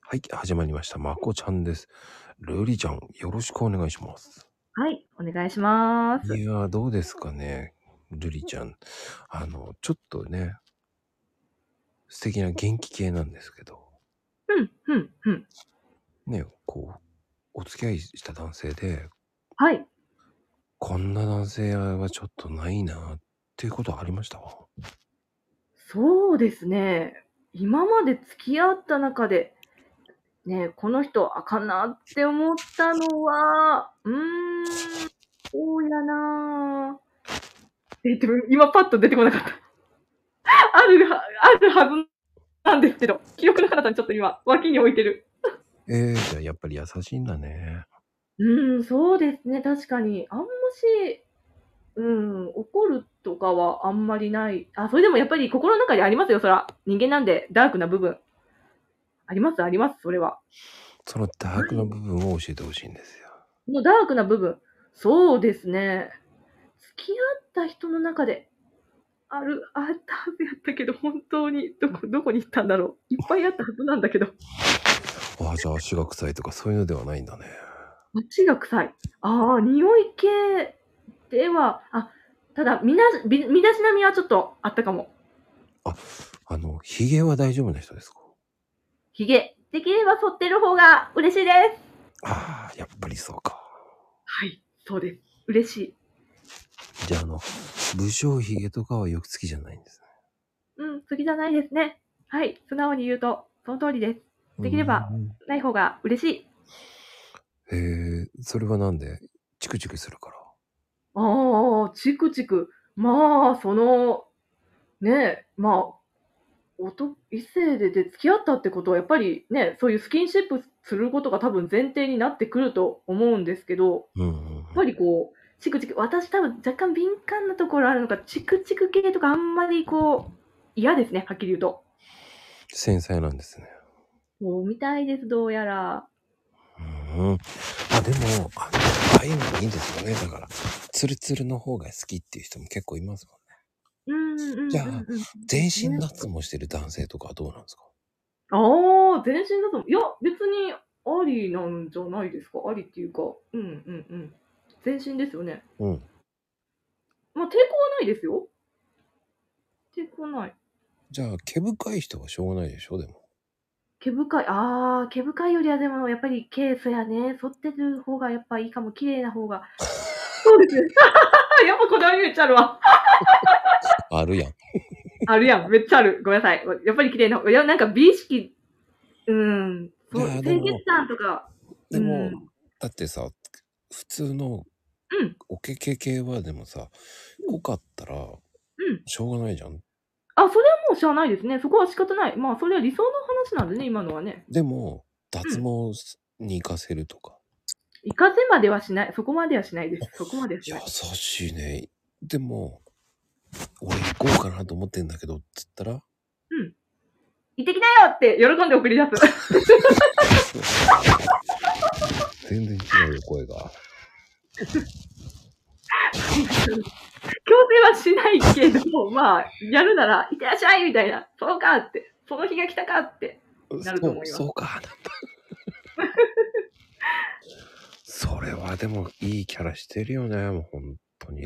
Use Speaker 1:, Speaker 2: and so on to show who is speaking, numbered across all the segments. Speaker 1: はい、始まりました。まこちゃんです。ルリちゃん、よろしくお願いします。
Speaker 2: はい、お願いしま
Speaker 1: い
Speaker 2: す。
Speaker 1: や、どうですかね、ルリちゃん。あの、ちょっとね、素敵な元気系なんですけど、
Speaker 2: ふん、ふん、ふん。
Speaker 1: ね、こう、お付き合いした男性で、
Speaker 2: はい。
Speaker 1: こんな男性はちょっとないなっていうことはありました？
Speaker 2: そうですね。今まで付き合った中で、ね、この人あかんなって思ったのは、うーん、そうやな。えっと、今パッと出てこなかった。あるはあるはずなんですけど、記憶の彼方にちょっと今、脇に置いてる。
Speaker 1: ええ、じゃあやっぱり優しいんだね。
Speaker 2: うーん、そうですね、確かに。あんまし、うーん、怒るとかはあんまりない。あ、それでもやっぱり心の中にありますよ、そら。人間なんで、ダークな部分。ありますあります、それは。
Speaker 1: そのダークな部分を教えて欲しいんですよ。
Speaker 2: このダークな部分、そうですね。付き合った人の中で、あるあったはずやったけど、本当にどこどこに行ったんだろう。いっぱいあったはずなんだけど。
Speaker 1: ああ、じゃあ足が臭いとかそういうのではないんだね。
Speaker 2: 足が臭い。ああ、匂い系では、あ、ただ、みなび身だしなみはちょっとあったかも。
Speaker 1: あ、あの、髭は大丈夫な人ですか？
Speaker 2: 髭、できれば剃ってる方が嬉しいです。
Speaker 1: ああ、やっぱりそうか。
Speaker 2: はい、そうです。嬉しい。
Speaker 1: じゃあ、あの、不精髭とかはよく好きじゃないんですね。
Speaker 2: うん、好きじゃないですね。はい、素直に言うと、その通りです。
Speaker 1: う
Speaker 2: できれば、
Speaker 1: ーん。
Speaker 2: ない方が嬉しい。
Speaker 1: へえ、それはなんで？チクチクするから？
Speaker 2: ああ、チクチク。まあ、その、ね、まあ、おと異性でで付き合ったってことは、やっぱりね、そういうスキンシップすることが多分前提になってくると思うんですけど、
Speaker 1: うんうんう
Speaker 2: やっぱ
Speaker 1: ん。
Speaker 2: りこう、チクチク、私多分若干敏感なところあるのか、チクチク系とかあんまりこう、嫌ですね、はっきり言うと。
Speaker 1: 繊細なんですね。
Speaker 2: もう、みたいです、どうやら。
Speaker 1: うーん。あ、でも、あの、ああいうのいいんですよね。だから、ツルツルの方が好きっていう人も結構いますもんね。
Speaker 2: うんうん
Speaker 1: じゃ
Speaker 2: うん
Speaker 1: あ、
Speaker 2: うん。
Speaker 1: 全
Speaker 2: です
Speaker 1: 身
Speaker 2: ね。
Speaker 1: 脱毛してる男性とかはどうなんですか？
Speaker 2: ああ、全身だと、いや、別にありなんじゃないですか。ありっていうか、うんうんうん。全身ですよね。
Speaker 1: うん。
Speaker 2: ま、抵抗はないですよ。抵抗ない。
Speaker 1: じゃあ、毛深い人はしょうがないでしょ、でも。
Speaker 2: 毛深い、ああ、毛深いよりはでもやっぱり毛、そやね、剃ってる方がやっぱいいかも、綺麗な方が。 そうです。 やっぱこだわりめっちゃあるわ。
Speaker 1: あるやん。
Speaker 2: あるやん、めっちゃある。ごめんなさい。やっぱり綺麗な、いや、なんか美意識、うーん、
Speaker 1: い
Speaker 2: そう、
Speaker 1: や、で
Speaker 2: 清潔
Speaker 1: も、
Speaker 2: 感とか、う
Speaker 1: でも、
Speaker 2: ん、
Speaker 1: だってさ、普通の
Speaker 2: うん、
Speaker 1: おけけ系はでもさ、
Speaker 2: うん。
Speaker 1: 濃かったら
Speaker 2: うん。
Speaker 1: しょうがないじゃん。
Speaker 2: あ、それはもうしゃあないですね。そこは仕方ない。まあ、それは理想の話なんでね、今のはね。
Speaker 1: でも、脱
Speaker 2: うん。
Speaker 1: 毛に行かせるとか。
Speaker 2: 行かせまではしない。そこまではしないで
Speaker 1: あ、
Speaker 2: す。そこまではし
Speaker 1: 優
Speaker 2: ない。
Speaker 1: しいね。でも、俺行こうかなと思ってんだけど、つったら、
Speaker 2: うん。行ってきなよって喜んで送り出す。
Speaker 1: 全然違うよ、声が。
Speaker 2: 強制はしないけど、まあ、やるなら、いってらっしゃいみたいな。そうかって。その日が来たかってなると
Speaker 1: そう、
Speaker 2: 思います。
Speaker 1: そうか、 なんだ。それはでもいいキャラしてるよね、もう本当に。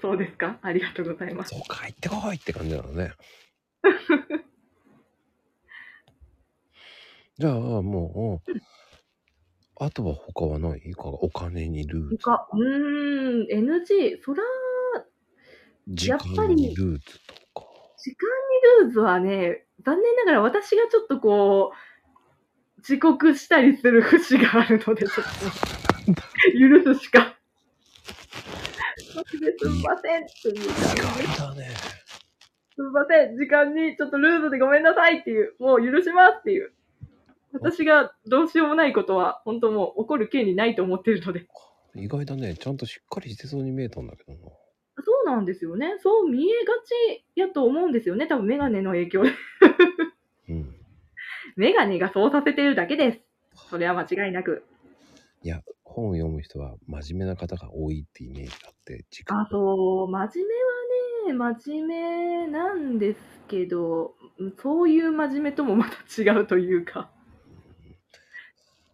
Speaker 2: そうですかありがとうございます。
Speaker 1: そうか、行ってこいって感じなの ね。じゃあ、も
Speaker 2: うん。
Speaker 1: う、あとは他はないかお金にルーツ。
Speaker 2: 他、うーん、NG。そら、
Speaker 1: 時
Speaker 2: やっぱ
Speaker 1: 間に
Speaker 2: り、
Speaker 1: ルーツとか。
Speaker 2: 時間にルーズはね、残念ながら私がちょっとこう、遅刻したりする節があるので、ちょっと 許すしか。マジですん
Speaker 1: い
Speaker 2: ませんっていう
Speaker 1: 意
Speaker 2: 感じで
Speaker 1: 外
Speaker 2: す。
Speaker 1: だね。
Speaker 2: すんません、時間にちょっとルーズでごめんなさいっていう、もう許しますっていう。
Speaker 1: あ
Speaker 2: 私がどうしようもないことは、本当もう怒る権利ないと思ってるので。
Speaker 1: 意外だね。ちゃんとしっかりしてそうに見えたんだけどな。
Speaker 2: そうなんですよね。そう見えがちやと思うんですよね。多分メガネの影響で。
Speaker 1: うん。
Speaker 2: メガネがそうさせてるだけです。それは間違いなく。
Speaker 1: いや、本を読む人は真面目な方が多いってイメージがあって、時間
Speaker 2: あ
Speaker 1: と。
Speaker 2: と、真面目はね、真面目なんですけど、うんそういう真面目ともまた違うというか。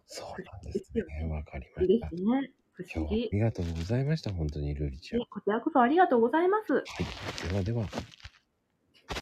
Speaker 1: そうなんですね。わかりま
Speaker 2: い
Speaker 1: し
Speaker 2: いで
Speaker 1: た
Speaker 2: す。ね。不
Speaker 1: 今
Speaker 2: 思
Speaker 1: 日はあ
Speaker 2: 議。
Speaker 1: りがとうございました。本当にルリちゃん。
Speaker 2: ねこちらこそありがとうございます。
Speaker 1: ではでは、